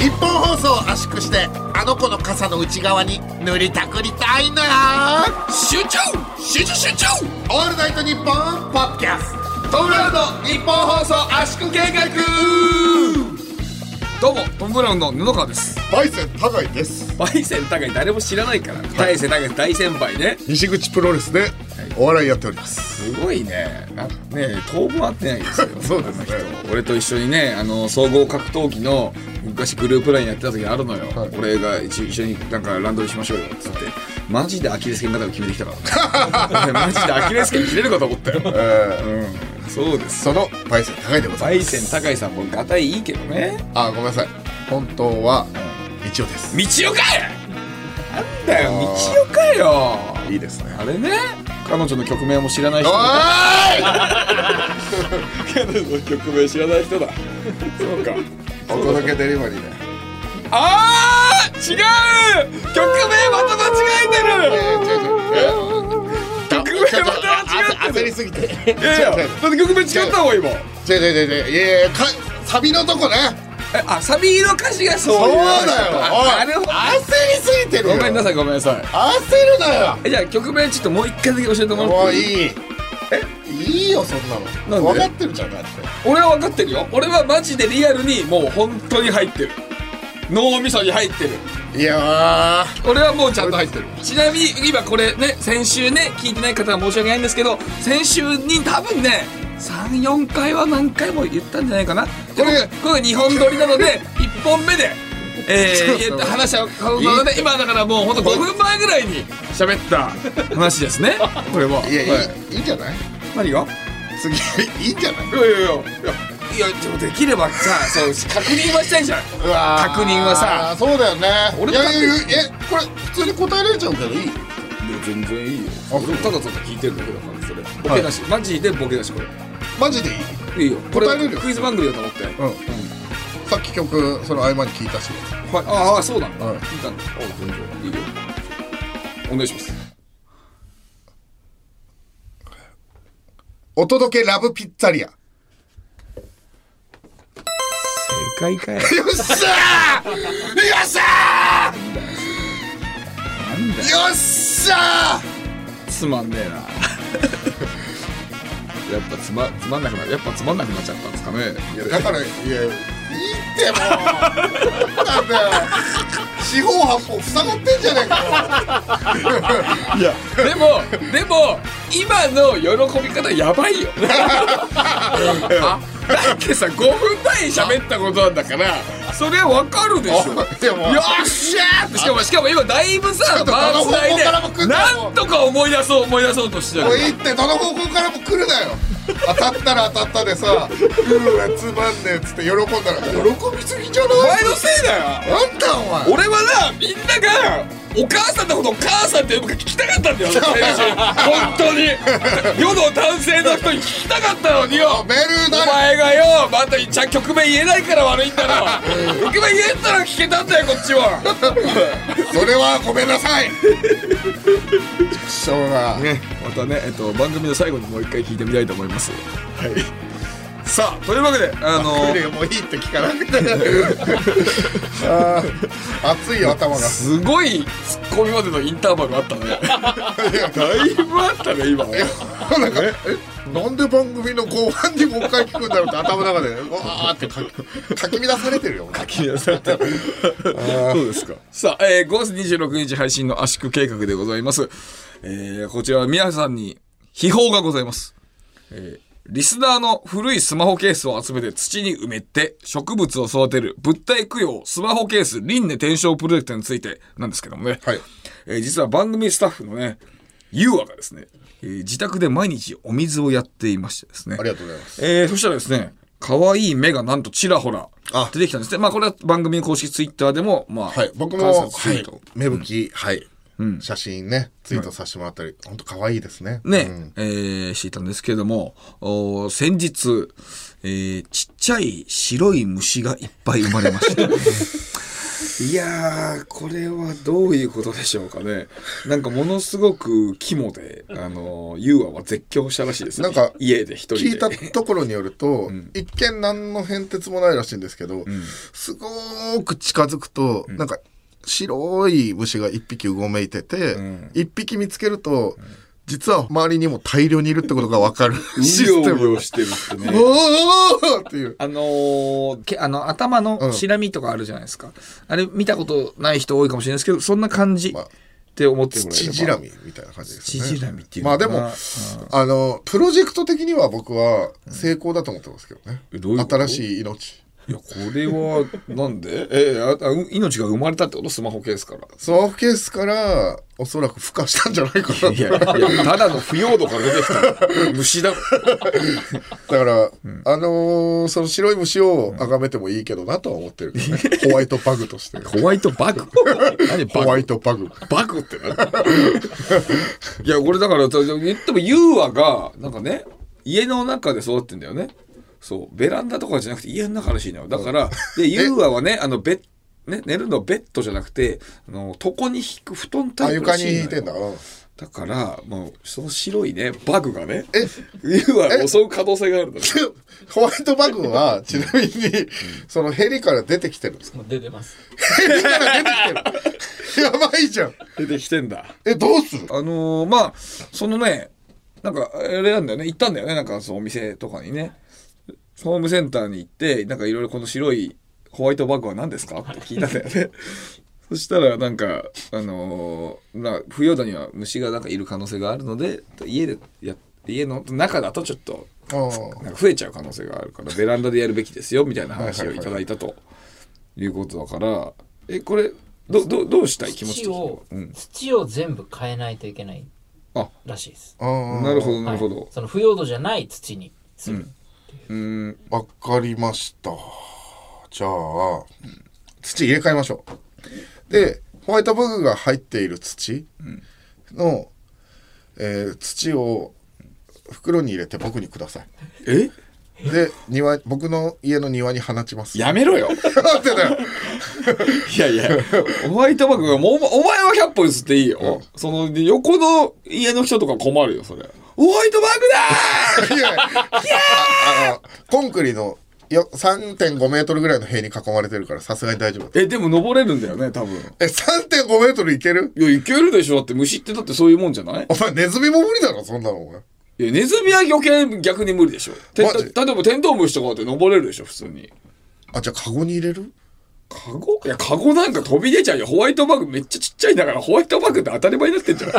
熱を圧縮してあの子の傘の内側に塗りたくりたいな集中集中集中オールナイトニッポンポッドキャストトムブラウンの日本放送圧縮計画どうもトム・ブラウンの布川ですバイセン高井ですバイセン高い誰も知らないから大先輩大先輩ね西口プロレスでお笑いやっておりますすごいねなね当分合ってないですよそうですねあの人俺と一緒にねあの総合格闘技の昔グループラインやってた時あるのよ、はい俺が一緒になんかランドリーしましょうよっつってマジでアキレス腱の中を決めてきたからねマジでアキレス腱切れるかと思った よ、うん、そうですそのバイセン高井でござバいイますセン高井さんもガタイいいけどねあごめんなさい本当は一応です道夫かいなんだよあー道夫かよいいですねあれね彼女の曲名も知らないお人だーい 彼女の曲名知らない人だそうかお届けデリバリーであー違う曲名また間え違えー違う違うえー曲名また間違ってるあ焦りすぎててるいやいやだって曲名違ったもん今違う違う違う違ういやいやかサビのとこねえあサビの歌詞がそうそういうだよあなるおほい焦りすぎてるどよごめんなさいごめんなさい焦るなよえじゃあ曲名ちょっともう一回だけ教えてもらもっうていいいいいいよそんなのな分んでかってるじゃんだって俺は分かってるよ俺はマジでリアルにもう本当に入ってる脳みそに入ってるいや俺はもうちゃんと入ってるちなみに今これね先週ね聞いてない方は申し訳ないんですけど先週に多分ね34回は何回も言ったんじゃないかなこれこれ2本撮りなの で1本目で、えそうー、そう言った話はこのので今だからもうほんと5分前ぐらいに喋った話ですねこれはーいやいい、、はいいんじゃない何が次いいんじゃないいやいやいやいやいやでもできればさそう確認はしたいじゃんうわー確認はさそうだよね俺もいやいやいだやえこれ普通に答えられちゃうけどいい全然いいよあ俺もただただ聞いてるだけだからそれボケだし、マジでボケだしこれマジでいいいいよこれ答えれるよクイズ番組だと思って、うんさっき曲その合間に聞いたしはい、ああそうなんだ、はい聞いたんだあ全然いいよお願いしますお届けラブピッツァリア正解かよよっしゃーよっしゃなんだーよよっしゃ つまんねえ なやっぱつまつまんなくなやっぱつまんなくなっちゃったんですかねーいやだからいやいいってもうなんだよ四方八方塞がってんじゃねえかよいやでもでも今の喜び方やばい よあだってさ5分前に喋ったことなんだからそれはわかるでしょでもよっしゃーってしかもしかも今だいぶちょさっとバースどの方内向からも来でんだよなんとか思い出そう思い出そうとしてもうるいいってどの方向からも来るなよ当たったら当たったでさ「うわつまんねえ」っつって喜んだら喜びすぎじゃなおい前のせいだよなんだお前俺はなみんながお母さんのことを母さんって呼ぶか聞きたかったんだよ先週本当に世の男性の人に聞きたかったのによメールおだ前がよまたちゃん曲名言えないから悪いんだろ曲名言えたら聞けたんだよこっちはそれはごめんなさい畜生がね、 またね、えっと、番組の最後にもう一回聞いてみたいと思います。はい。さあ、というわけで、あのトイレがもういいって聞かなくてあー熱いよ頭がすごいツッコミまでのインターバルあったね。だいぶあったね、今。なんかえなんで番組の後半にもう一回聞くんだろうって頭の中でわーってかきかき乱されてるよ 気になさってそうですか。さあ、えー、5月26日配信の圧縮計画でございます。えー、こちらは皆さんに秘宝がございます。えー、リスナーの古いスマホケースを集めて土に埋めて植物を育てる物体供養スマホケース輪廻転生プロジェクトについてなんですけどもね。はいえー実は番組スタッフのね、ゆうあがですね、えー自宅で毎日お水をやっていましてですね。ありがとうございますえー、そしたらですね、可愛い目がなんとちらほらあ出てきたんですね。まあこれは番組の公式ツイッターでも、まあ、はい、僕も、観は察ツイーいト、芽吹き、はい、写真ね、ツイートさせてもらったり、本当可愛いですね。ね、うんえーしていたんですけれども、おー先日、えーちっちゃい白い虫がいっぱい生まれました。 いやー、これはどういうことでしょうかね。なんかものすごく肝で、あの、ユーアは絶叫したらしいです、ね。なんか家で一人で。 聞いたところによると、一見何の変哲もないらしいんですけど、すごーく近づくと、なんか白い虫が一匹うごめいてて、一匹見つけると、実は周りにも大量にいるってことがわか るシシスステテム。ムをしてるっておーおね。ーおーっていう。あのーけあの、頭のシラミとかあるじゃないですか。あれ見たことない人多いかもしれないですけど、そんな感じまあって思ってもらえれば。チジラミみたいな感じですチね。ジラミっていうまあのでかなも、あの、プロジェクト的には僕は成功だと思ってますけどね。えどういうこと新しい命。いや、これは、なんで えああう命が生まれたってことスマホケースから。スマホケースから、おそらく孵化したんじゃないかなと。いや、いや ただの腐葉土から出てきた 虫だ。だから、あのーその白い虫を崇めてもいいけどなとは思ってるけ どね。ホワイトバグとして。ホワイトバグ何 ホバワグイトバグ。バグってな。 いや、これだから、言ってもユーアが、なんかね、家の中で育ってんだよね。そう、ベランダとかじゃなくて家の中らしいのよ。だから、で、ユーアはね、あの、ベッね、寝るのベッドじゃなくて、あの、床に引く布団タあ、イプ床らしにいのよ引いてんだ。うんだから、もう、その白いね、バグがね、えユーアを襲う可能性があるんだね。 ホワイトバグは、ちなみに、そのヘリから出てきてるんですかもう出てます。ヘリから出てきて る。やばいじゃん。出てきてんだ。え、どうするあのーまあ、そのね、なんか、あれなんだよね、行ったんだよね、なんかそのお店とかにね。ホームセンターに行って、なんかいろいろこの白いホワイトバッグは何ですかって聞いたんだよね。 そしたら、なんか、あのーまあ、腐葉土には虫がなんかいる可能性があるので、家でや、家の中だとちょっと、あなんか増えちゃう可能性があるから、ベランダでやるべきですよ、みたいな話をいただいたということだから、え、これ、ど、ど、どうしたい気持ちとし土てはを、うん。土を全部変えないといけないあらしいです。あーなるほど、なるほど。はいその腐葉土じゃない土にする。うーんわかりました。じゃあ、土入れ替えましょう。で、ホワイトバグが入っている土の、えー土を袋に入れて僕にください。えで、庭、僕の家の庭に放ちます。やめろよなんでだよ。いやいやホワイトバッグがもうお前お前は100歩譲っていいよ、その横の家の人とか困るよそれホワイトバッグだいやああのコンクリのよ3.5メートルぐらいの塀に囲まれてるからさすがに大丈夫。ー えでも登れるんだよね多分え、3.5メートルいけるいやいけるでしょだって虫ってだってそういうもんじゃないお前ネズミも無理だろ、そんなのお前。いやネズミは余計逆に無理でしょてんマジ例えばテントウムシとかだって登れるでしょ普通にあ、じゃあカゴに入れるカゴいやカゴなんか飛び出ちゃうよホワイトバッグめっちゃちっちゃいんだからホワイトバッグって当たり前になってんじゃん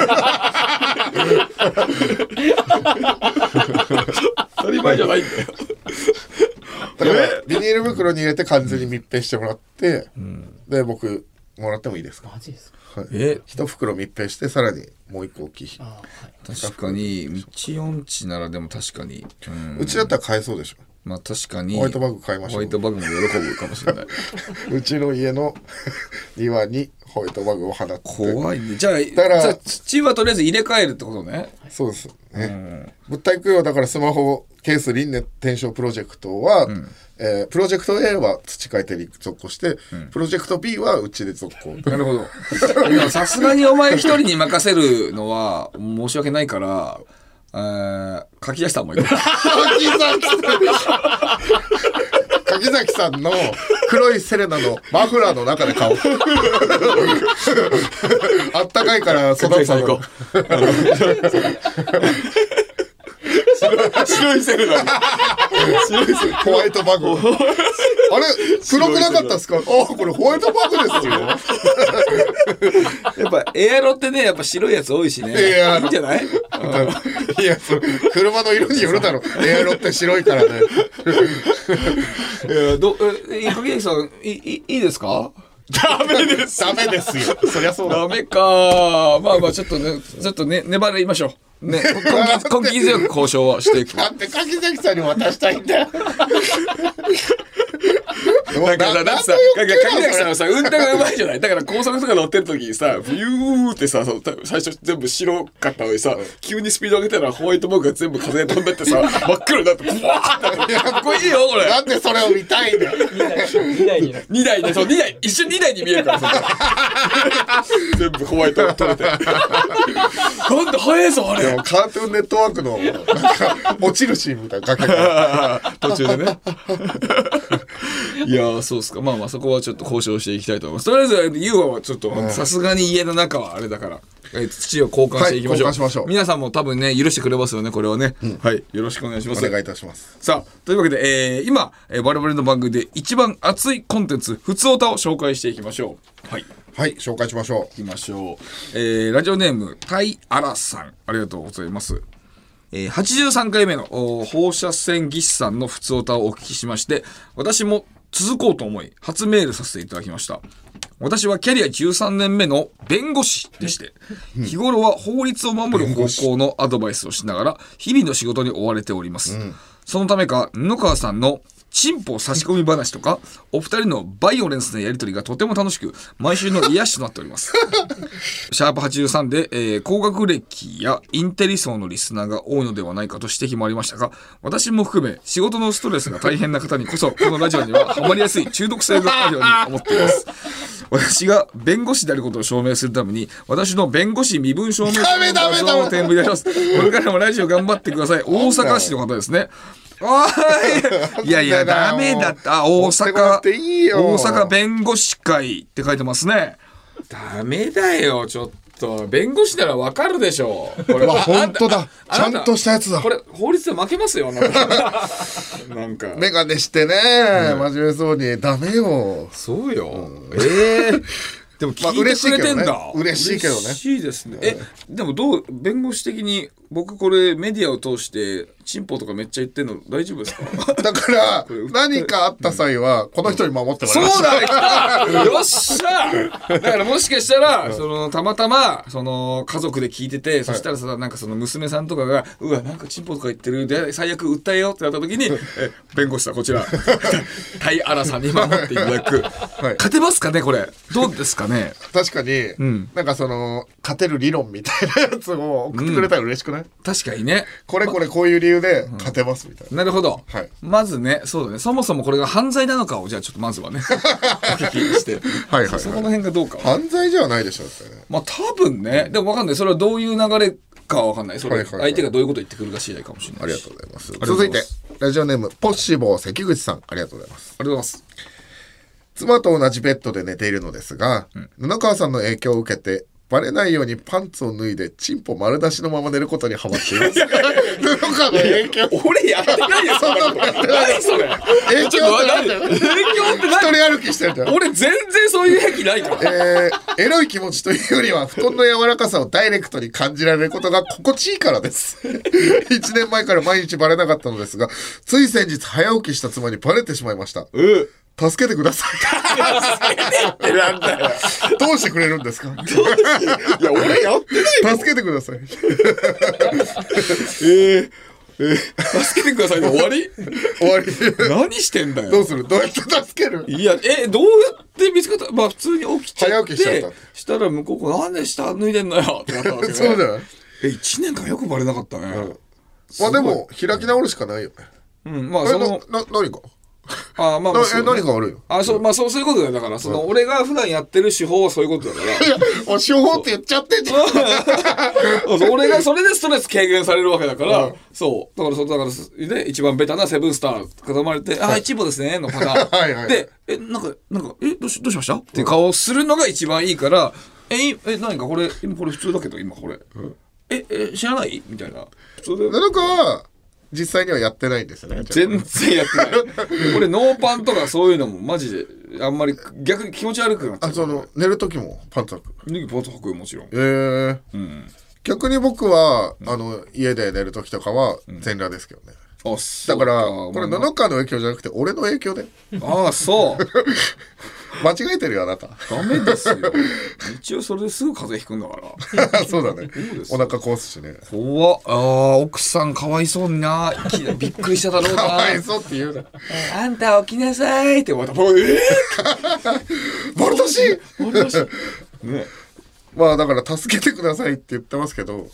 当たり前じゃないんだよだからビニール袋に入れて完全に密閉してもらって、で僕もらってもいいですかマジですかえ一袋密閉してさらにもう一個大きい、あーはい確かに道音痴ならでも確かに、うんうちだったら買えそうでしょまあ確かにホワイトバッグ買いましょうホワイトバッグも喜ぶかもしれないうちの家の 庭にホワイトバグを放って 怖いねじゃあだからじゃあ土はとりあえず入れ替えるってことねそうですね、物体供養だからスマホケース輪廻転生プロジェクトは、えープロジェクト A は土変えて続行して、プロジェクト B はうちで続行なるほどいやさすがにお前一人に任せるのは申し訳ないから、えー、書き出した方がいい柿崎さん 柿崎さんの黒いセレナのマフラーの中で買おう あったかいから育つの白白いセルだねホワイトバグあれ黒くなかったっすかあこれホワイトバグですよ やっぱエアロってねやっぱ白いやつ多いしねエアロいいんじゃないいやそれ車の色によるだろエアロって白いからねいやどえ影さんいいいいですかダメですダメですよそりゃそうだダメかまあまあちょっとねちょっとね粘りましょうね根気 根気強く交渉はしていくだって柿崎さんに渡したいんだよだからだってさ、だから鍵崎さんはさ、運転がうまいじゃない。だから高速とか乗ってる時にさ、ビューってさ、そう最初全部白かったのにさ、急にスピード上げたらホワイトボークが全部風に飛ん でってさ、真っ黒になって、ブワーって。かっこいいよ、これ。なんでそれを見たいんだよ。未来になる。 2台で、そう、2台、一瞬2台に見えるから さ。全部ホワイトが取れて。なんだ、早いぞ、あでれも。カートゥーンネットワークのなんか落ちるシーンみたいな崖から 途中でね。いやー、そうっすか。まあまあ、そこはちょっと交渉していきたいと思います。とりあえず、ユーはちょっと、さすがに家の中はあれだから、えー土を交換していきましょう。はい交換しましょう皆さんも多分ね、許してくれますよね、これはね。はい。よろしくお願いしまおす。願いいたします。さあ、というわけで、えー今、えー我々の番組で一番熱いコンテンツ、普通歌を紹介していきましょう。はい。はい、紹介しましょいきましょう、えーラジオネームタイアラさんありがとうございます、えー83回目のおー放射線技師さんの普通歌をお聞きしまして私も続こうと思い初メールさせていただきました私はキャリア13年目の弁護士でして日頃は法律を守る方向のアドバイスをしながら日々の仕事に追われております、そのためか布川さんのチンポ差し込み話とか、お二人のバイオレンスなやりとりがとても楽しく、毎週の癒しとなっております。シャープ83で、えー高学歴やインテリ層のリスナーが多いのではないかと指摘もありましたが、私も含め仕事のストレスが大変な方にこそ、このラジオにはハマりやすい中毒性があるように思っています。私が弁護士であることを証明するために、私の弁護士身分証明書のダメダメダメ画像を添付いたします。これからもラジオ頑張ってください。大阪市の方ですね。おーいいやいや、ダメだった。あ持大ってこな阪くていい、よ大阪弁護士会って書いてますね。ダメだよ、ちょっと。弁護士ならわかるでしょう。こう。うわ、本当だ。ちゃんとしたやつだこ。れ、法律で負けますよ、なん か。なんかメガネしてね、真面目そうに。ダメよ。そうよ。ええでも聞いてくれてんだ、まあ嬉しいけどね嬉しいですね。え、でもどう、弁護士的に、僕これメディアを通して、チンポとかめっちゃ言ってんの大丈夫ですかだから、何かあった際は、この人に守ってもらいまそす。うだ来たよっしゃだからもしかしたら、その、たまたま、その、家族で聞いてて、そしたらさ、なんかその娘さんとかが、うわ、なんかチンポとか言ってる、で、最悪訴えようってなった時に、え弁護士さん、こちら、 タイアラさんに守っていただく。い勝てますかね、これ。どうですかね確かに、んなんかその、勝てる理論みたいなやつを送ってくれたら嬉しくない、確かにね。これこれこういう理由で勝てますみたいな。なるほど。はいまずね、そうだね。そもそもこれが犯罪なのかを、じゃあちょっとまず はね、お聞きして。はいはいはいそこの辺がどうかは。犯罪じゃないでしょってね。まあ多分ね、でもわかんない。それはどういう流れかはわかんない。そはれいはいはい相手がどういうこと言ってくるか次第かもしれないし。ありがとうございます。がとう続ございいまてす、ラジオネーム、ポッシボー関口さん、ありがとうございます。ありがとうございます。妻と同じベッドで寝ているのですが、布川さんの影響を受けて、バレないようにパンツを脱いで、チンポ丸出しのまま寝ることにハマっています。 布川の影響。俺やってないよ、そんなこと。何それ影響ちょっとって何なん影響って一人何歩きしてるじゃん。俺全然そういう癖ないから。えーエロい気持ちというよりは布団の柔らかさをダイレクトに感じられることが心地いいからです 1年前から毎日バレなかったのですがつい先日早起きした妻にバレてしまいましたうん。助けてくださなんだよ。いどうしてくれるんですかいや、俺やってない。助けてくださいええ。ええ。助けてくださいね。終わり終わり何してんだどうよ。するどうやって助けるいや、え、どうやって見つかったまあ普通に起きちゃって。早起きしちゃったしたら向こうが、なんで下脱いでんのよってなったわけ ねそうだよえ、1年間よくバレなかったね。まあごでいも開き直るしかないよねうん、まああれそなの、な何があまあまなあえそうね何が悪いのあ、そう、まあそう、そういうことだよ。だから、その、俺が普段やってる手法はそういうことだから。 いやお手法って言っちゃってんじゃんそうそう俺がそれでストレス軽減されるわけだから、そう。だから、そう、だから、ね、一番ベタなセブンスター固まれて、あ、一部ですね、のパター ン。はいはいで、え、なんか、なんか、え、どうし、どうしましたっていう顔をするのが一番いいから、え、いえ、何かこれ、今これ普通だけど、今これ。え、え、知らないみたいな。普通だよ。布川は実際にはやってないんですよね全然やってない。 俺、ノーパンとかそういうのも、マジで、あんまり、逆に気持ち悪くなっちゃあう。その寝る時もパンツ履く脱ぎポート履くよ、もちろん。えー逆に僕は、あの家で寝る時とかは全裸ですけどね、あ、そうだからおこれ前布川の影響じゃなくて俺の影響でああ、そう。間違えてるよ、あな た。ダメですよ。一応それですぐ風邪ひくんだから。そうだねうで。すお腹壊すしね。怖っああ奥さんかわいそうになきびっくりしただろうなかわいそうって言うな。あんた起きなさいって言われたもうえボルトシーー、俺らしい ね まあだから助けてくださいって言ってますけど、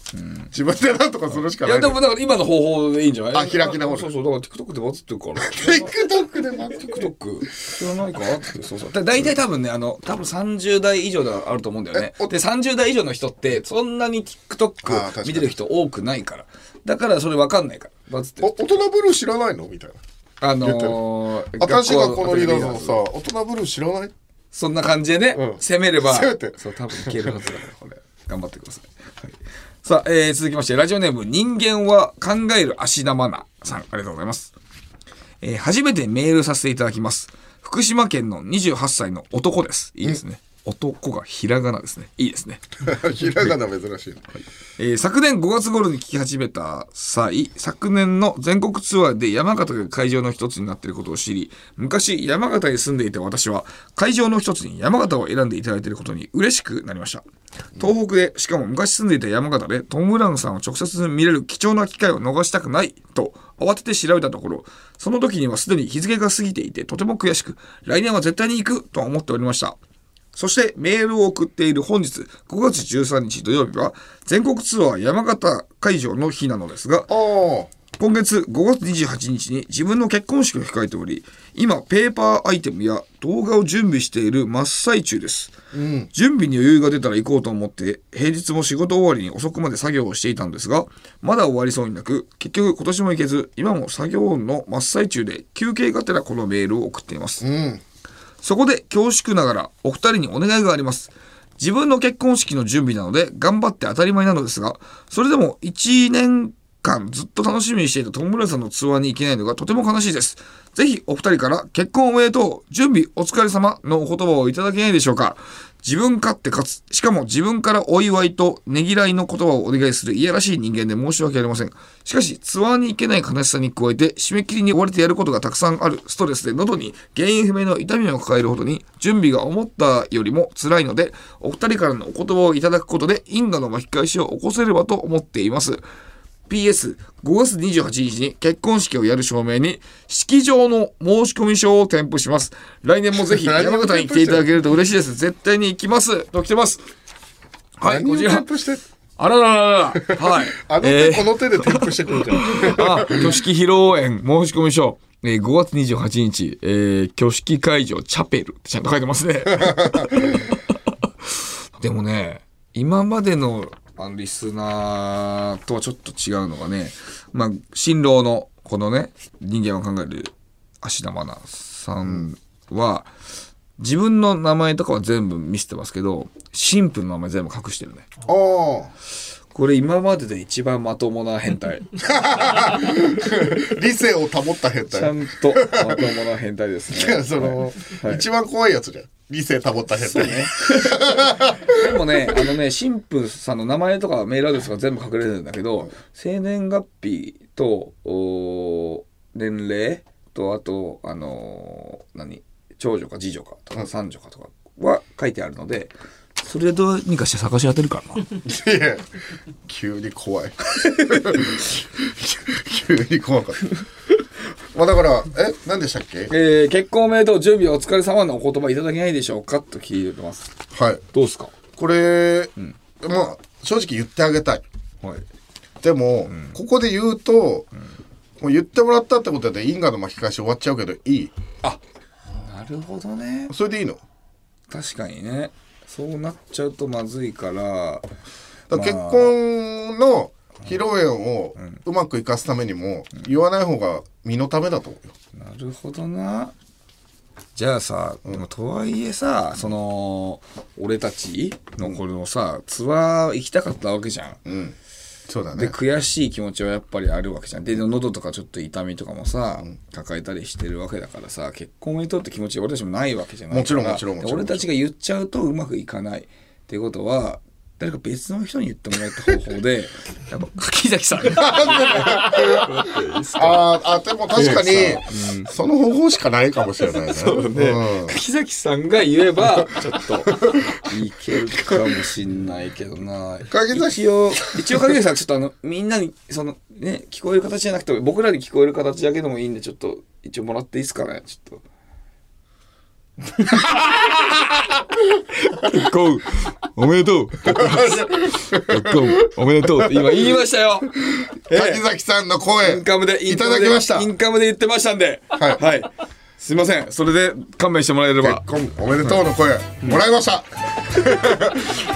自分でなんとかするしかいなやい。でもだから今の方法でいいんじゃなあい開き直るそうそうだから TikTok でバズってるから TikTok で 待って TikTok 知らないかってそうそうだ大体多分ねあの多分30代以上であると思うんだよねえおで30代以上の人ってそんなにあー確か TikTok に見てる人多くないからだからそれ分かんないからバズっておる大人ブルー知らないのみたいな。あのー、私がこのリーダーズ学の校さ、大人ブルー知ら ないそんな感じでね、うん攻めれば、攻めてそう、多分いけるはずだから、これ。頑張ってください。はい、さあ、えー続きまして、ラジオネーム、人間は考える芦田愛菜さん、ありがとうございます。えー初めてメールさせていただきます。福島県の28歳の男です。いいですね。男がひらがなですね。いいですね。ひらがな珍しい。えー昨年5月頃に聞き始めた際、昨年の全国ツアーで山形が会場の一つになっていることを知り、昔山形に住んでいた私は、会場の一つに山形を選んでいただいていることに嬉しくなりました。東北で、しかも昔住んでいた山形でトム・ブラウンさんを直接見れる貴重な機会を逃したくないと慌てて調べたところ、その時にはすでに日付が過ぎていてとても悔しく、来年は絶対に行くと思っておりました。そしてメールを送っている本日5月13日土曜日は全国ツアー山形会場の日なのですがああ。今月5月28日に自分の結婚式を控えており今ペーパーアイテムや動画を準備している真っ最中です、準備に余裕が出たら行こうと思って平日も仕事終わりに遅くまで作業をしていたんですがまだ終わりそうになく結局今年も行けず今も作業の真っ最中で休憩がてらこのメールを送っています、うん。そこで恐縮ながらお二人にお願いがあります。自分の結婚式の準備なので頑張って当たり前なのですが、それでも1年間ずっと楽しみにしていたトム・ブラウンさんのツアーに行けないのがとても悲しいです。ぜひお二人から結婚おめでとう、準備お疲れ様のお言葉をいただけないでしょうか。自分勝って勝つ。しかも自分からお祝いとねぎらいの言葉をお願いするいやらしい人間で申し訳ありません。しかし、ツアーに行けない悲しさに加えて、締め切りに追われてやることがたくさんあるストレスで喉に原因不明の痛みを抱えるほどに、準備が思ったよりも辛いので、お二人からのお言葉をいただくことで、因果の巻き返しを起こせればと思っています。PS5 月28日に結婚式をやる証明に式場の申し込み書を添付します来年もぜひ山形に来ていただけると嬉しいです絶対に行きますと来てますはい何こをちテらープして、あらららららはい あのえ手、こーの手でテープしてくるじゃん。あ、挙式披露宴申し込み書。えー、5月28日、えー、挙式会場チャペルってちゃんと書いてますね。 でもね、今までのあのリスナーとはちょっと違うのがね、まあ、新郎のこのね、人間を考える芦田愛菜さんは、自分の名前とかは全部見せてますけど、新婦の名前全部隠してるね。あ これ今までで一番まともな変態。あ。理性を保った変 ちゃ態。んとまともな変態です いやね。その、はい一番怖いやつじゃん。理性保った変態。でもね、あのね、新婦さんの名前とかメールアドレスが全部隠れてるんだけど、生年月日と、お年齢と、あと、あのー何長女か次女かとか三女かとかは書いてあるので、それでどうにかして探し当てるからな。いや急に怖い急に怖かったまあだからえ何でしたっけえー結婚おめでとう、準備お疲れ様のお言葉いただけないでしょうかと聞いてます。はいどうですかこれ、まあ正直言ってあげたいはい。でも、ここで言うと、もう言ってもらったってことで因果の巻き返し終わっちゃうけどいいなるほどね。それでいいの確かにねそうなっちゃうとまずいからだから結婚の披露宴をうまくいかすためにも、言わない方が身のためだと思うよなるほどなじゃあさでもとはいえさその俺たちのこのさ、ツアー行きたかったわけじゃうん、んそうだでね悔しい気持ちはやっぱりあるわけじゃんで喉とかちょっと痛みとかもさ、抱えたりしてるわけだからさ結婚にとって気持ち俺たちもないわけじゃないからもちろんもちろんもちろんで俺たちが言っちゃうとうまくいかないってことは誰か別の人に言ってもらった方法 で、やっぱ柿崎さん。ああーあでも確かにその方法しかないかもしれないね。そうねん柿崎さんが言えば、ちょっと、いけるかもしんないけどな。影差し一応、一応影崎さん、ちょっとあの、みんなに、その、ね、聞こえる形じゃなくて、僕らに聞こえる形だけでもいいんで、ちょっと、一応もらっていいですかね、ちょっと。結婚おめでとう結婚おめでとうって今言いましたよ柿崎さんの声インカムで、イいンカたムだできました。イン結カムで言ってましたんで。はい。すいません。それで勘弁してもらえれば。婚おめでとうの声もらいました。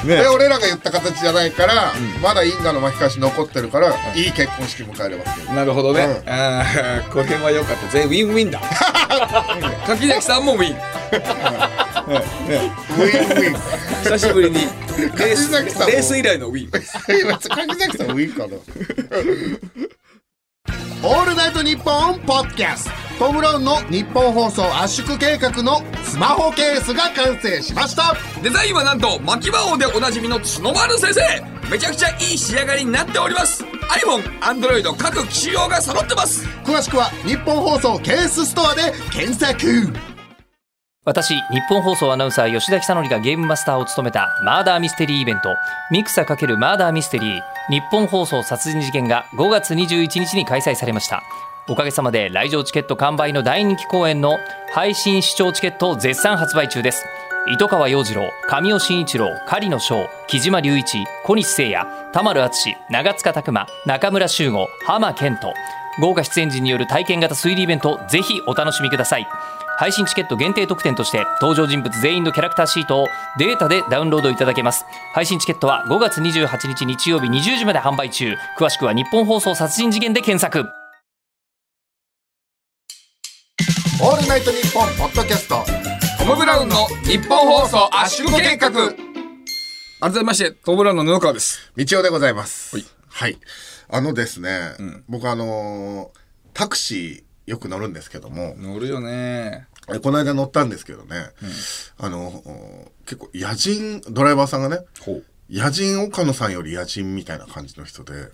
ねで俺らが言った形じゃないからまだ因果の巻き返し残ってるからいい結婚式迎えれますよ。なるほどね。うああ、これは良かった。全員ウィンウィンだ。柿崎さんもウィウィン。ンウィ ン。久しぶりに。レース、柿崎さんもレース以来のウィン。柿崎さんウィンかな。オールナイトニッポンポッドキャストトム・ブラウンの日本放送圧縮計画のスマホケースが完成しましたデザインはなんと、巻き魔王でおなじみの角丸先生。めちゃくちゃいい仕上がりになっております。iPhone、Android 各機種用が揃ってます。詳しくは日本放送ケースストアで検索私、日本放送アナウンサー吉田久典がゲームマスターを務めたマーダーミステリーイベント、ミクサ×マーダーミステリー、日本放送殺人事件が5月21日に開催されました。おかげさまで来場チケット完売の大人気公演の配信視聴チケットを絶賛発売中です。糸川洋次郎、神尾慎一郎、狩野翔、木島隆一、小西聖也、田丸敦、長塚拓磨、中村修吾、浜健人。豪華出演陣による体験型推理イベント、ぜひお楽しみください。配信チケット限定特典として登場人物全員のキャラクターシートをデータでダウンロードいただけます配信チケットは5月28日日曜日20時まで販売中詳しくは日本放送殺人事件で検索「オールナイトニッポン」ポッドキャストトム・ブラウンの日本放送圧縮計画改めましてトム・ブラウンの布川です道夫でございますはいはいあのですね、僕あのータクシーよく乗るんですけども、乗るよねえこの間乗ったんですけどね、あのお結構野人ドライバーさんがねほ野人岡野さんより野人みたいな感じの人でう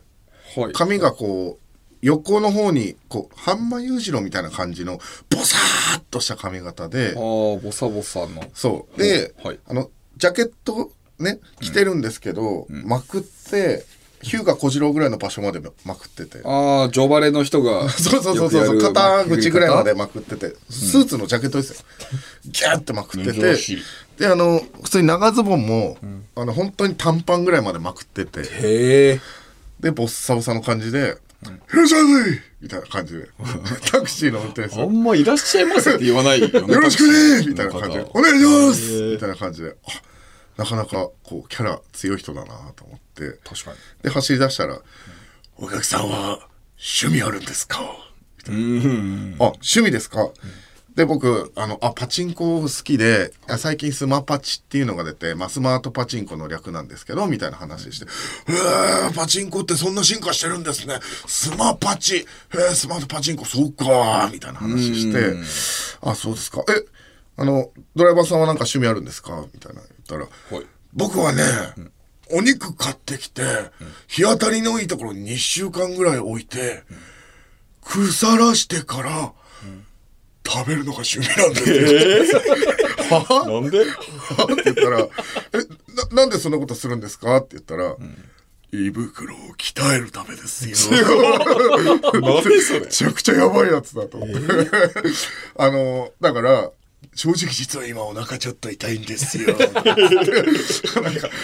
はい髪がこう横の方にこう半間裕次郎みたいな感じのボサーっとした髪型であーボサボサのそう。で、はいあの、ジャケットね、着てるんですけど、まくって、ヒューガ小次郎ぐらいの場所までまくってて。ああジョバレの人 がそうそうそうそうそう、よく肩やる口ぐらいまでまくってて、スーツのジャケットですよ。ギャーってまくってて珍しい、で、あの、普通に長ズボンも、あの、本当に短パンぐらいまでまくってて、へえで、ボッサボサの感じで、いらっしゃいませみたいな感じで、 タクシーの運転手さんあんまいらっしゃいませって言わないよねよろしくねみたいな感じで、お願いしますへーみたいな感じで、あなかなかこう、キャラ強い人だなと思って、確かにで、走り出したら、お客さんは趣味あるんですかみたいなあ、趣味ですかで、僕、あの、あ、パチンコ好きで、あ最近スマパチっていうのが出て、まあ、スマートパチンコの略なんですけど、みたいな話して、へえ、パチンコってそんな進化してるんですね。スマパチ、へえ、スマートパチンコ、そうか、みたいな話して、あ、そうですか。え、あの、ドライバーさんはなんか趣味あるんですかみたいな言ったら、はい僕はね、お肉買ってきて、日当たりのいいところに2週間ぐらい置いて、腐らしてから、食べるのが趣味なんですよ。 はなんではって言ったら、え、な、なんでそんなことするんですかって言ったら、胃袋を鍛えるためですよ。 めちゃくちゃやばいやつだと思って。 あの、だから、正直実は今お腹ちょっと痛いんです よ。なんか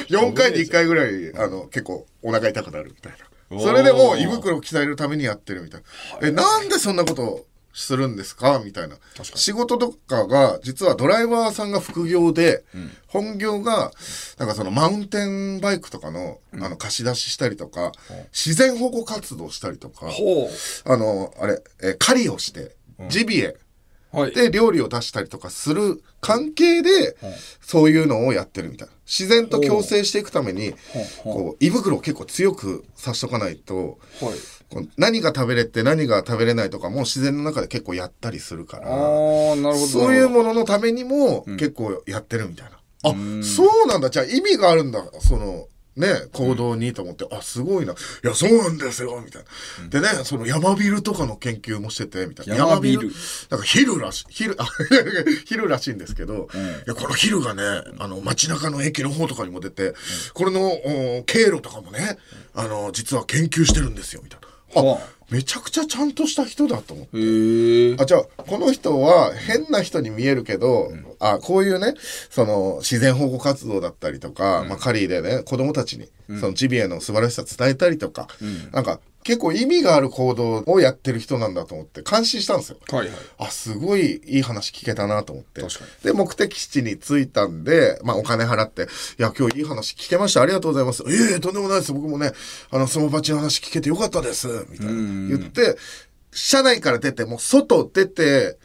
4回に1回ぐらい、あの、結構お腹痛くなるみたいな。それでもう胃袋を鍛えるためにやってるみたいな。え、なんでそんなことをするんですかみたいな。仕事とかが、実はドライバーさんが副業で、本業が、なんかそのマウンテンバイクとかの、あの、貸し出ししたりとか、自然保護活動したりとか、ほあの、あれ、えー狩りをして、ジビエうはいで料理を出したりとかする関係で、そういうのをやってるみたいな。自然と共生していくために、こう、胃袋を結構強くさしとかないと、はいこう何が食べれて何が食べれないとかも自然の中で結構やったりするかああら、なるほどそういうのもののためにも結構やってるみたいな。あ、そうなんだ。じゃあ意味があるんだ。その、ね、行動にと思って、あ、すごいな。いや、そうなんですよ、みたいな。でね、その山ビルとかの研究もしてて、みたいな。山ビルなんかヒルらしい、ヒル、あ、 いやいやヒルらしいんですけど、いや、このヒルがね、あの、街中の駅の方とかにも出て、これのお経路とかもね、あの、実は研究してるんですよ、みたいな。はああ、めちゃくちゃちゃんとした人だと思って。へえ。あじゃあこの人は変な人に見えるけど、あこういうねその自然保護活動だったりとか、まあ、カリーでね子供たちにそのジビエの素晴らしさ伝えたりとか、なんか結構意味がある行動をやってる人なんだと思って感心したんですよ。はいはい。あすごいいい話聞けたなと思って確かにで目的地に着いたんで、まあ、お金払って「いや今日いい話聞けましたありがとうございます」「いえいえとんでもないです僕もねあのスモバチの話聞けてよかったです」みたいな言って車内から出てもう外出て、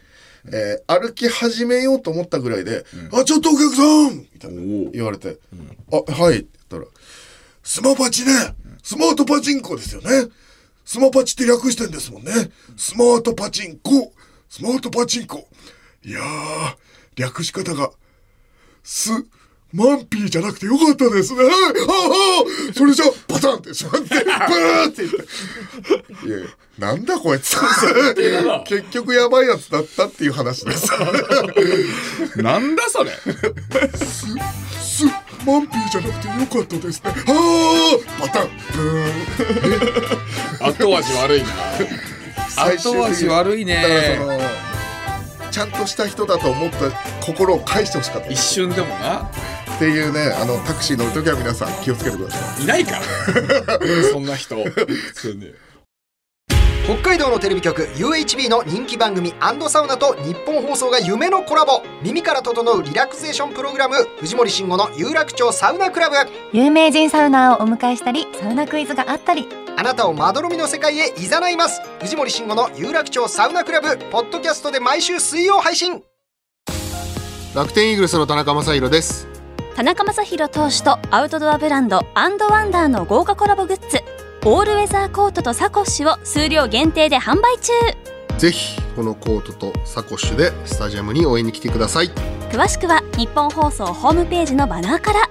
えー歩き始めようと思ったぐらいで「あちょっとお客さん!」みたいおなお言われて「あはい」って言ったら「スマパチねスマートパチンコですよね」スマパチって略してんですもんね。スマートパチンコ。スマートパチンコ。いやー、略し方が、す、マンピーじゃなくてよかったですね。ああ、それじゃ、パタンってしまって、ブーって言って。いやいや、なんだこいつ。 結局やばいやつだったっていう話 です。なんだそれ。す、マンピーじゃなくてよかったですね。ああ、パタン、ブーン。 後味悪いな。最終的に後味悪いねだからそのちゃんとした人だと思った心を返してほしかった一っ瞬でもな。ていうねあのタクシー乗る時は皆さん気をつけてくださいいない から。そんな 人。そうね。北海道のテレビ局 UHB の人気番組サウナと日本放送が夢のコラボ耳から整うリラクゼーションプログラム藤森慎吾の有楽町サウナクラブ有名人サウナーをお迎えしたりサウナクイズがあったりあなたをまどろみの世界へいざないます藤森慎吾の有楽町サウナクラブポッドキャストで毎週水曜配信楽天イーグルスの田中将大です田中将大投手とアウトドアブランドアンドワンダーの豪華コラボグッズオールウェザーコートとサコッシュを数量限定で販売中ぜひこのコートとサコッシュでスタジアムに応援に来てください詳しくは日本放送ホームページのバナーから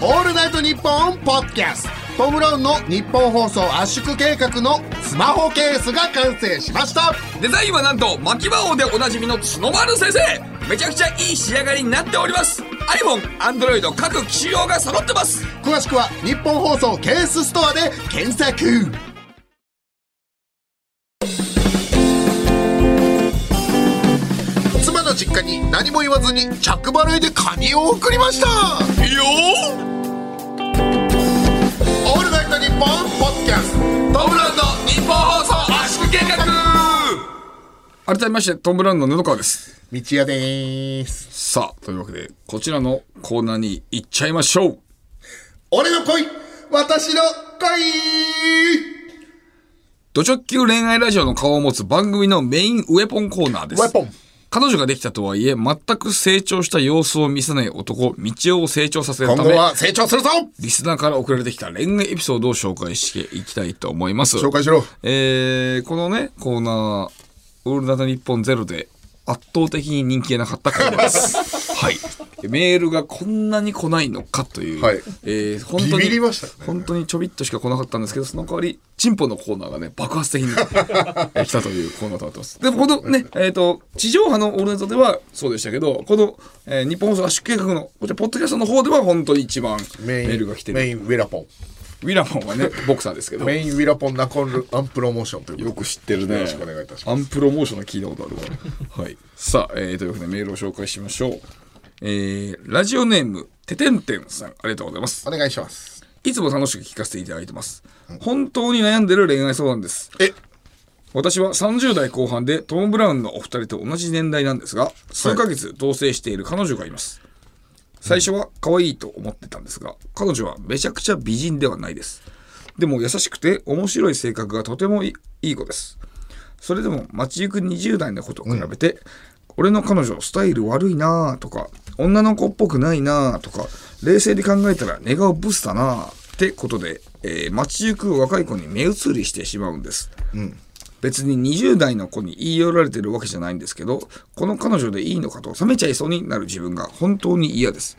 オールナイトニッポンポッドキャストトム・ブラウンの日本放送圧縮計画のスマホケースが完成しましたデザインはなんと巻き魔王でおなじみの角丸先生めちゃくちゃいい仕上がりになっております iPhone、Android 各機種用が揃ってます詳しくは日本放送ケースストアで検索妻の実家に何も言わずに着払いでカニを送りましたいいよオールナイトニッポンポッドキャストトムブラウンド日本放送圧縮計画改めましてトム・ブラウンの布川です道也でーすさあというわけでこちらのコーナーに行っちゃいましょう俺の恋私の恋ド直球恋愛ラジオの顔を持つ番組のメインウェポンコーナーですウェポン彼女ができたとはいえ全く成長した様子を見せない男道夫を成長させる今た後めは成長するぞリスナーから送られてきた恋愛エピソードを紹介していきたいと思います。紹介しろえー、このね、コーナー、オールナイトニッポンゼロで圧倒的に人気がなかったコーナーで す。はい。メールがこんなに来ないのかという。はいえー本当ビに、ビりましたね本当にちょびっとしか来なかったんですけど、その代わり、チンポのコーナーがね、爆発的 にえー来たというコーナーとなってます。でも、このね、えっ、と、地上波のオールナイトではそうでしたけど、この、えー日本放送圧縮計画の、こちら、ポッドキャストの方では本当に一番メールが来てメる。インウィラポンウィラモンはね、ボクサーですけど。メインウィラポンナコンルアンプロモーションというよことく知ってるね。よろしくお願いいたしますアンプロモーションの聞いたことあるわ。はい。さあ、えー、というわけでメールを紹介しましょう。えー、ラジオネーム、ててんてんさん、ありがとうございます。でお願いしますいつも楽しく聞かせていただいてます。本当に悩んでる恋愛相談です。え私は30代後半でトム・ブラウンのお二人と同じ年代なんですが、数ヶ月同棲している彼女がいます。最初は可愛いと思ってたんですが、彼女はめちゃくちゃ美人ではないです。でも優しくて面白い性格がとてもいいいい子です。それでも街行く20代の子と比べて、俺の彼女スタイル悪いなぁとか、女の子っぽくないなぁとか、冷静に考えたら寝顔ブスだなぁってことで、えー街行く若い子に目移りしてしまうんです。別に20代の子に言い寄られてるわけじゃないんですけどこの彼女でいいのかと冷めちゃいそうになる自分が本当に嫌です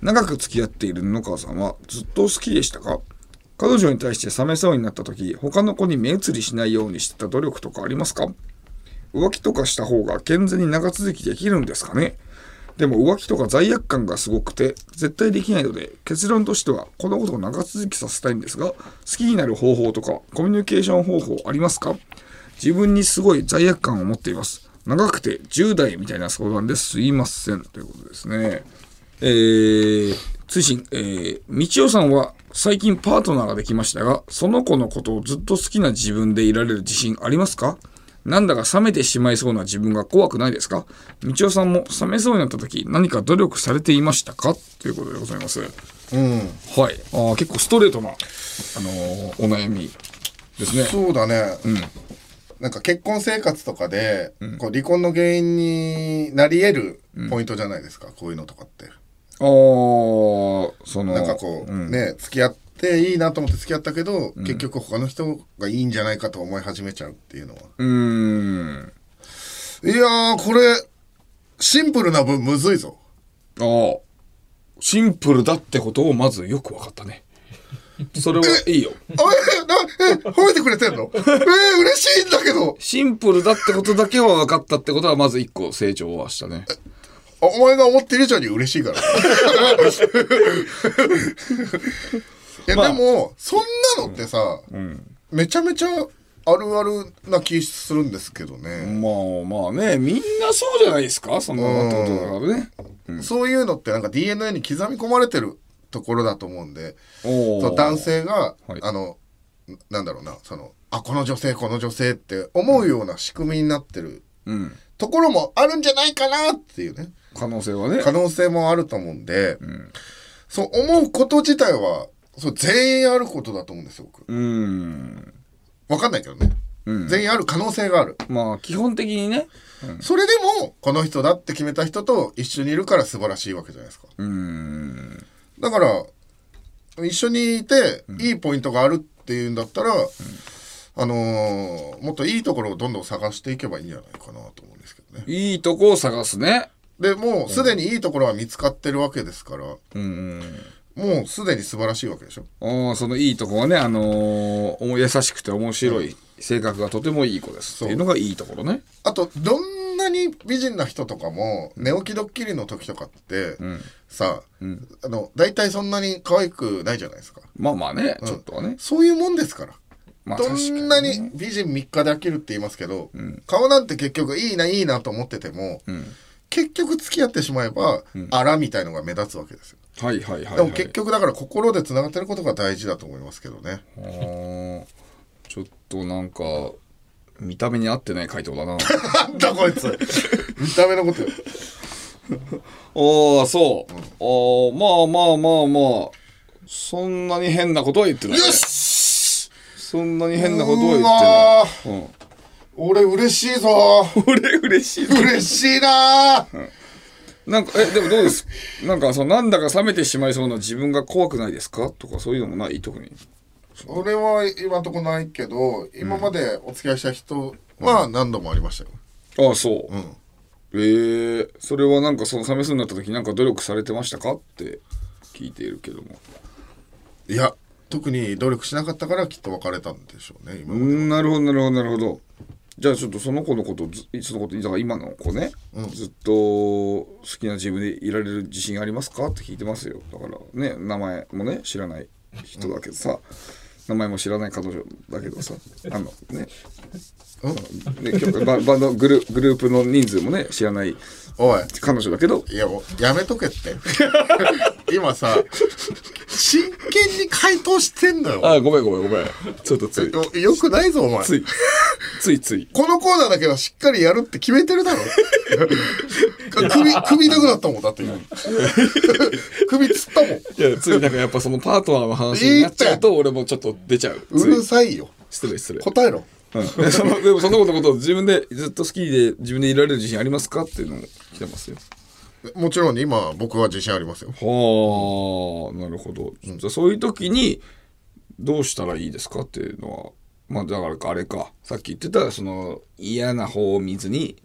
長く付き合っている布川さんはずっと好きでしたか彼女に対して冷めそうになった時他の子に目移りしないようにしてた努力とかありますか浮気とかした方が健全に長続きできるんですかねでも浮気とか罪悪感がすごくて絶対できないので結論としてはこのことを長続きさせたいんですが好きになる方法とかコミュニケーション方法ありますか自分にすごい罪悪感を持っています長くて10代みたいな相談ですいませんということですねえー、追伸えー、みちおさんは最近パートナーができましたが、その子のことをずっと好きな自分でいられる自信ありますかなんだか冷めてしまいそうな自分が怖くないですかみちおさんも冷めそうになった時、何か努力されていましたかということでございます。はい。うん。あー結構ストレートな、あのーお悩みですね。そうだね。なんか結婚生活とかで、こう離婚の原因になり得るポイントじゃないですか、こういうのとかって。あーその、なんかこう、んね、付き合っていいなと思って付き合ったけど、結局他の人がいいんじゃないかと思い始めちゃうっていうのは。うーん。いやー、これ、シンプルな分むずいぞ。ああ、シンプルだってことをまずよく分かったね。それはいいよ。あえ、な、え、褒めてくれて んのえー、嬉しいんだけど。シンプルだってことだけは分かったってことはまず一個成長はしたね。あお前が思ってる以上に嬉しい から。いや、でも、そんなのってさ、めちゃめちゃあるあるな気するんですけどね。まあまあね、みんなそうじゃないですかそんなことだからね。そういうのってなんか DNA に刻み込まれてるところだと思うんで、おーその男。性が、はいあの、なんだろうな、その、あ、この女性、この女性って思うような仕組みになってるうん。ところもあるんじゃないかなっていうね。可能性はね。可能性もあると思うんで、そう思うこと自体はそう全員あることだと思うんですよ僕うーん。分かんないけどね、うん全員ある可能性がある、まあ基本的にね。それでもこの人だって決めた人と一緒にいるから素晴らしいわけじゃないですかうーん。だから一緒にいていいポイントがあるっていうんだったら、あのーもっといいところをどんどん探していけばいいんじゃないかなと思うんですけどねいいとこを探すね。でもうすでにいいところは見つかってるわけですからうん。もうすでに素晴らしいわけでしょおーそのいいとこはね、あのーお優しくて面白い、性格がとてもいい子です。そうっていうのがいいところね。あとどんなに美人な人とかも寝起きドッキリの時とかって、さ、あの大体そんなに可愛くないじゃないですかまあまあね、ちょっとはね。そういうもんですから、まあど確かんになに美人3日で飽きるって言いますけど、顔なんて結局いいないいなと思ってても、結局付き合ってしまえば、あらみたいのが目立つわけですよはいはいはい、はい。でも結局だから心でつながってることが大事だと思いますけどね、あーちょっとなんか見た目に合ってない回答 だなあなんだこい つ見た目のことよあそう、ああまあまあまあまあそんなに変なことは言ってない、ね、よしそんなに変なことはわ言って俺嬉しい ぞない、うん、俺嬉しい嬉しいなーなんかえでもどうですなんかそのなんだか冷めてしまいそうな自分が怖くないですかとかそういうのもない特に俺は今んとこないけど今までお付き合いした人は何度もありましたよ、ああそう、んええそれはなんかその冷めそうになった時なんか努力されてましたかって聞いているけどもいや特に努力しなかったからきっと別れたんでしょうね今うまでんなるほどなるほどなるほどじゃあちょっとその子のことをずそのことだから今の子ね、ずっと好きな自分でいられる自信ありますかって聞いてますよだからね名前もね知らない人だけどさ、名前も知らない彼女だけどさあのねね今 日ババンドグルグループの人数もね知らないおい彼女だけどいやもうやめとけって 今さ真剣に回答してんのよあごめんごめんごめんちょっとついよよくないぞお前ついついついこのコーナーだけはしっかりやるって決めてるだろ 首首痛くなったもんだって今 首つったもんいやついなんかやっぱそのパートナーの話になっちゃうと俺もちょっと出ちゃううついるさいよ失礼失礼答えろうん、そ のでもその子のことを自分でずっと好きで自分でいられる自信ありますかっていうのも来てますよ。もちろん今僕は自信ありますよはあなるほど。じゃあそういう時にどうしたらいいですかっていうのはまあだからあれかさっき言ってたその嫌な方を見ずに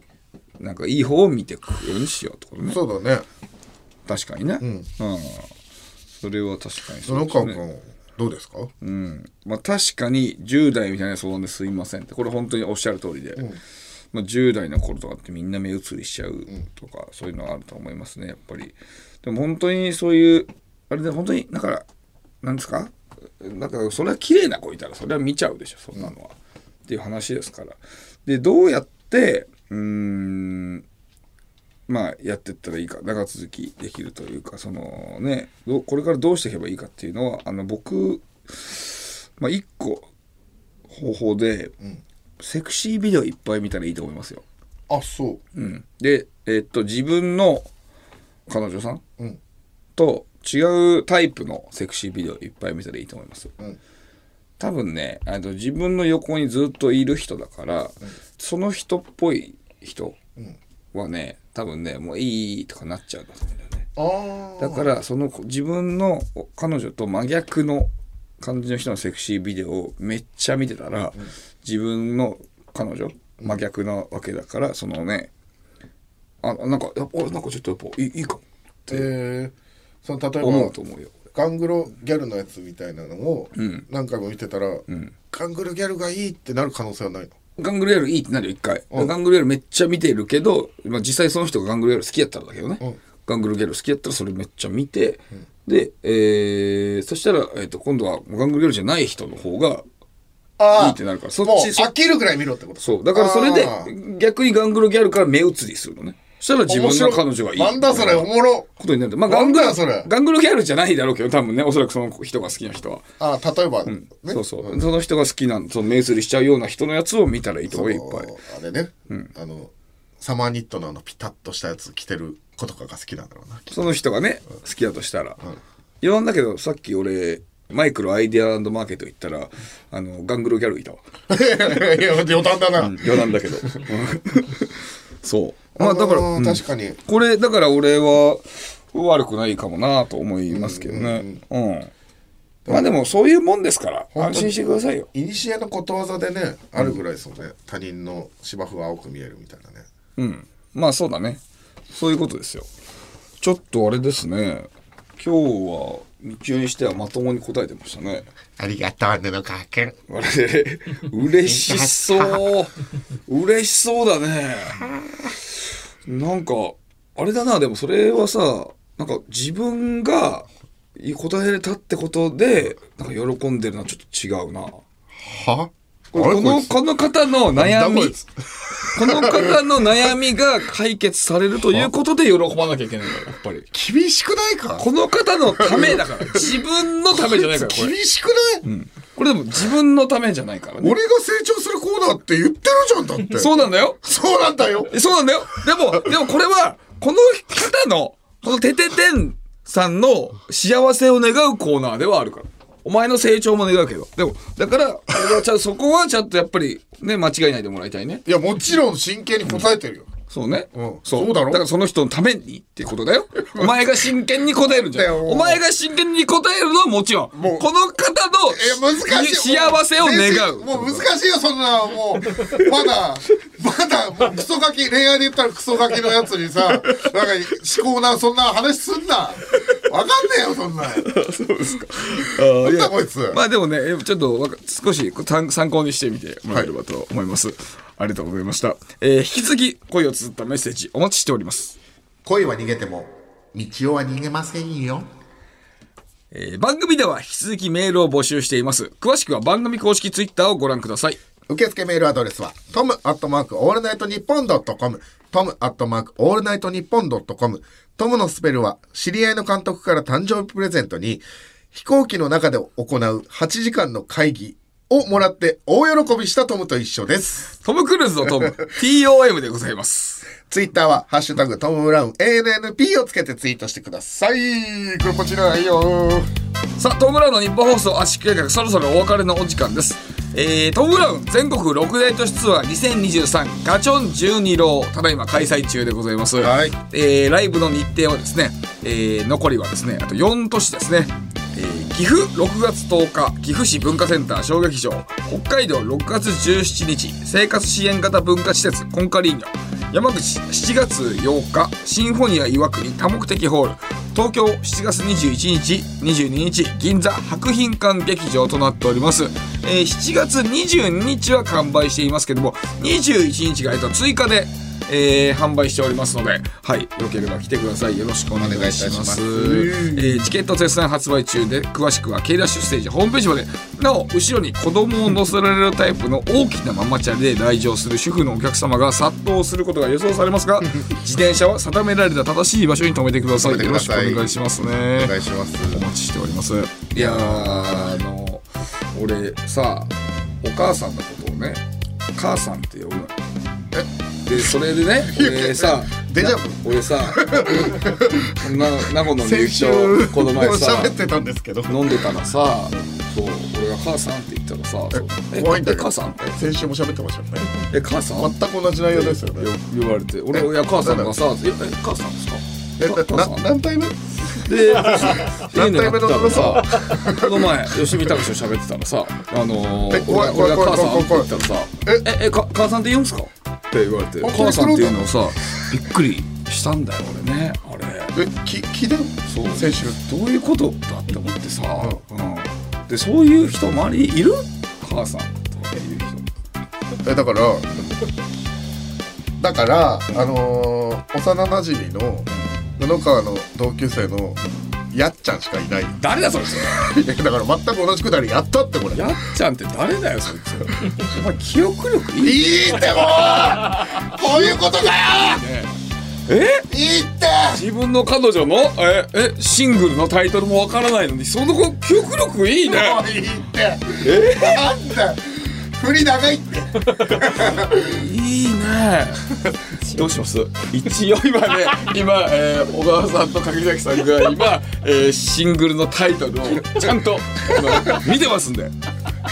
なんかいい方を見ていくようにしようってことね。そうだね確かにね。うんん。それは確かにそ野うです川ね君、どうですかうんまあ、確かに10代みたいな相談ですいませんってこれ本当におっしゃる通りで、まあ、10代の頃とかってみんな目移りしちゃうとか、そういうのはあると思いますねやっぱりでも本当にそういうあれで本当にだからなんですかなんかそれは綺麗な子いたらそれは見ちゃうでしょそんなのは、っていう話ですからでどうやってうーんまあ、やってったらいいか長続きできるというかそのねどうこれからどうしていけばいいかっていうのはあの僕まあ、一個方法で、セクシービデオいっぱい見たらいいと思いますよ。あ、そう。うん、で、えっと自分の彼女さん、うんと違うタイプのセクシービデオいっぱい見たらいいと思います。ん多分ねあの自分の横にずっといる人だから、その人っぽい人はね多分ねもういいとかなっちゃうんだと思うんだよね。あだからその自分の彼女と真逆の感じの人のセクシービデオをめっちゃ見てたら、自分の彼女真逆なわけだからそのねあなんかやっぱなんかちょっとやっぱいいいいかもあ。えー、その、例思えうとば、思うよ。ガングロギャルのやつみたいなのを何回も見てたら、ガングロギャルがいいってなる可能性はないのガングレールいいってなるよ一回ガングレールめっちゃ見てるけど、まあ、実際その人がガングレール好きやったらだけどね、んガングレール好きやったらそれめっちゃ見て、で、えー、そしたら、えー、と今度はガングレールじゃない人の方があいいってなるからそっもうちそ飽きるぐらい見ろってことそう。だからそれであー、逆にガングロギャルから目移りするのね。そしたら自分の彼女がいい。なんだそれおもろことになると。まあ、ガングなんロ、だそれガングロギャルじゃないだろうけど、多分ね、おそらくその人が好きな人は。あ例えば、ねそうそう。その人が好きな、その目移りしちゃうような人のやつを見たらいいとそ思ううよ、いっぱい。あれね、あのサマーニットのあのピタッとしたやつ着てる子とかが好きなんだろ うなその人がね、好きだとしたら。いろんだけど、さっき俺、マイクロアイデアマーケット行ったら、あの、ガングロギャルいたわ。いや余談だな、余談 だけど。そう。まあ、だから、あうーん確かに、これだから俺は悪くないかもなと思いますけどねうんまあでもそういうもんですから当に安心してくださいよいにしえのことわざでねあるぐらいですよね、他人の芝生は青く見えるみたいなねうんまあそうだねそういうことですよちょっとあれですね今日は日中にしてはまともに答えてましたねありがとう、布川くん。あれ嬉しそう嬉しそうだねなんかあれだなでもそれはさなんか自分が答えれたってことでなんか喜んでるのはちょっと違うなはこれこのこの方の悩なみんだこいつこの方の悩みが解決されるということで喜ばなきゃいけないんだよやっぱり厳しくないか この方のためだから 自分のためじゃないからこ厳れしくない、これでも自分のためじゃないからね俺が成長するコーナーって言ってるじゃんだってそうなんだよそうなんだよえそうなんだよ。でも、でもこれは、この方の、このてててんさんの幸せを願うコーナーではあるから。お前の成長も願うけど。でも、だから、俺はちゃんとそこはちゃんとやっぱり、ね、間違いないでもらいたいね。いやもちろん真剣に答えてるよ、そうね。うんそうだろからその人のためにっていうこ とだよ。お前が真剣に答えるんじゃだん。よもうお前が真剣に答えるのはもちろん。こものう方のいや、難しい。幸せを願う。もう難しいよ、そんな、もう、まだ、まだ、もうクソガキ、恋愛で言ったらクソガキのやつにさ、なんか、思考な、そんな話すんな。わかんねえよ、そんな。そうですか。なんだこいつ。まあでもね、ちょっとわか少し参参考にしてみてもらえればと思います。ありがとうございました。えー引き続き恋を綴ったメッセージお待ちしております。恋は逃げても、道夫は逃げませんよ。えー番組では引き続きメールを募集しています。詳しくは番組公式ツイッターをご覧ください。受付メールアドレスは、トムアットマークオールナイトニッポンドットコム、トムアットマークオールナイトニッポンドットコム、トムのスペルは、知り合いの監督から誕生日プレゼントに、飛行機の中で行う8時間の会議をもらって大喜びしたトムと一緒です。トム・クルーズのト ム、TOM でございます。ツイッターは、ハッシュタグトムブラウン ANNP をつけてツイートしてください。これこちらないよ。さあ、トム・ブラウンの日本放送圧縮計画、そろそろお別れのお時間です。えー、トム・ブラウン全国6大都市ツアー2023ガチョン12郎、ただいま開催中でございます。はい。えーライブの日程はですね、えー残りはですねあと4都市ですね、えー岐阜6月10日岐阜市文化センター小劇場北海道6月17日生活支援型文化施設コンカリーニョ山口7月8日シンフォニア岩国多目的ホール東京7月21日22日銀座博品館劇場となっております、えー7月22日は完売していますけども21日がえっと追加で、えー販売しておりますのではいよければ来てくださいよろしくお願いいたしますえーチケット絶賛発売中で詳しくは K ダッシュステージホームページまでなお後ろに子供を乗せられるタイプの大きなママチャリで来場する主婦のお客様が殺到することが予想され ますが自転車は定められた正しい場所に止めてください止めてよくだろしくおさい願いしますおね願いしますお待ちしておりますいやーあの俺さお母さんのことをね母さんって呼ぶのえでそれで ね俺さデジャブ俺さな名護のみ先ゆき週とこの前さ喋ってたんですけど飲んでたらさそう俺が「母さん」って言ったらさそうえ怖いんだえけど母さん先週も喋ってましたよねえ母さん?」っ全く同じ内容ですよてね言われて俺えいや母さんがさ「ええ母さんですか?え母」母なさん何回目 で何回目ののささこの前吉見隆史と喋ってたらさあのえー、怖い俺が怖い俺が母さん怖い怖って言い怖いったらさえ「ええか母さんって言うんすか?」って言われて本当に母さんっていうのをさびっくりしたんだよ俺ねあれ。えき聞いたのそう先週どういうことだって思ってさ、うんでそういう人周りにいる母さんとかいう人えだからだからあのー幼なじみの布川の同級生のやっちゃんしかい ない誰だそれそれだから全く同じくだりやったってこれやっちゃんって誰だよそいつお前記憶力いいいねいってもうこういうことかよえいいって自分の彼女のええシングルのタイトルもわからないのにその子記憶力いいねもういいってえなんだ振り長いっていいね どうします一応今 ね今、えー小川さんと柿崎さん が今、えーシングルのタイトルをちゃんとあの見てますんで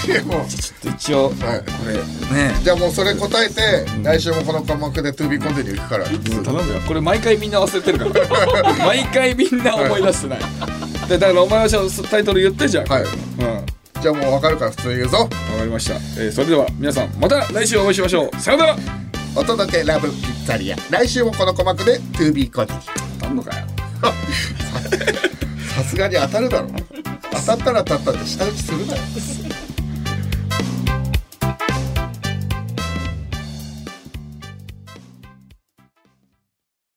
いやもうちょっと一応はいこれねじゃあもうそれ答えて来週もこの科目で To be continue 行くから頼むよこれ毎回みんな忘れてるから 毎回みんな思い出してないでだからお前はちょっとタイトル言ってじゃんはいうんわかじゃあもう分かるから普通に言うぞりました、えーそれでは皆さんまた来週お会いしましょうさよならお届けラブピッツァリア来週もこの鼓膜で To be continue あんのかよさすがに当たるだろ当たったら当たったで下打ちするなよ